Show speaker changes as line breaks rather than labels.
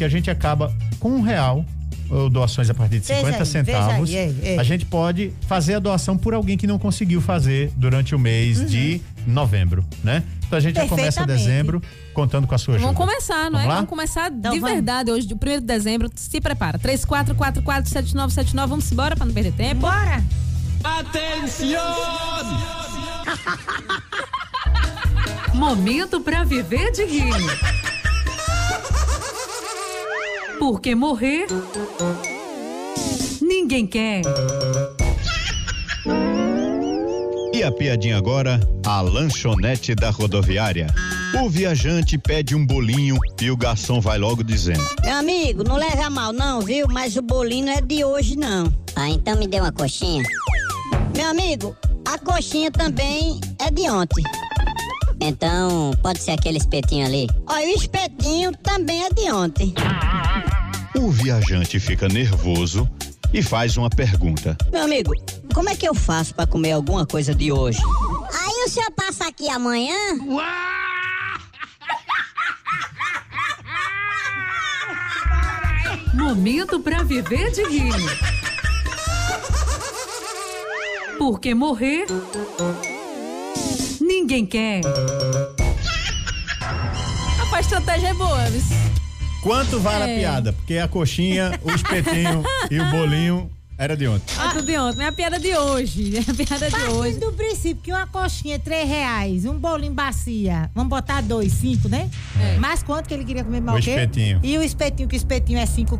que a gente acaba com um real ou doações a partir de
Veja
50
aí,
centavos.
veja aí, ei, ei.
A gente pode fazer a doação por alguém que não conseguiu fazer durante o mês de novembro, né? Então a gente já começa
Uhum. Perfeitamente.
dezembro contando com a sua ajuda.
Vamos começar, não
Vamos
é?
lá?
Vamos começar de
Então vamos.
verdade hoje, de 1 de dezembro. Se prepara. 34447979. Vamos embora pra não perder tempo.
Bora!
Momento pra viver de rir. Porque morrer ninguém quer.
E a piadinha agora, a lanchonete da rodoviária. O viajante pede um bolinho e o garçom vai logo dizendo:
Meu amigo, não leve a mal não, viu? Mas o bolinho não é de hoje não. Ah, então me dê uma coxinha. Meu amigo, a coxinha também é de ontem. Então, pode ser aquele espetinho ali? Olha, o espetinho também é de ontem.
O viajante fica nervoso e faz uma pergunta.
Meu amigo, como é que eu faço para comer alguma coisa de hoje? Aí o senhor passa aqui amanhã?
Momento pra viver de rir. Porque morrer ninguém quer.
Rapaz, a estratégia é boa, viu?
Quanto vale
É.
a piada? Porque a coxinha, o espetinho e o bolinho era de ontem.
Ah.
É tudo de ontem. É a piada de hoje. É a piada de hoje.
Partindo do princípio que uma coxinha é 3 reais, um bolinho bacia, vamos botar dois, cinco, né? Mas quanto que ele queria comer mal
O
o quê?
espetinho.
E o espetinho, que o espetinho é cinco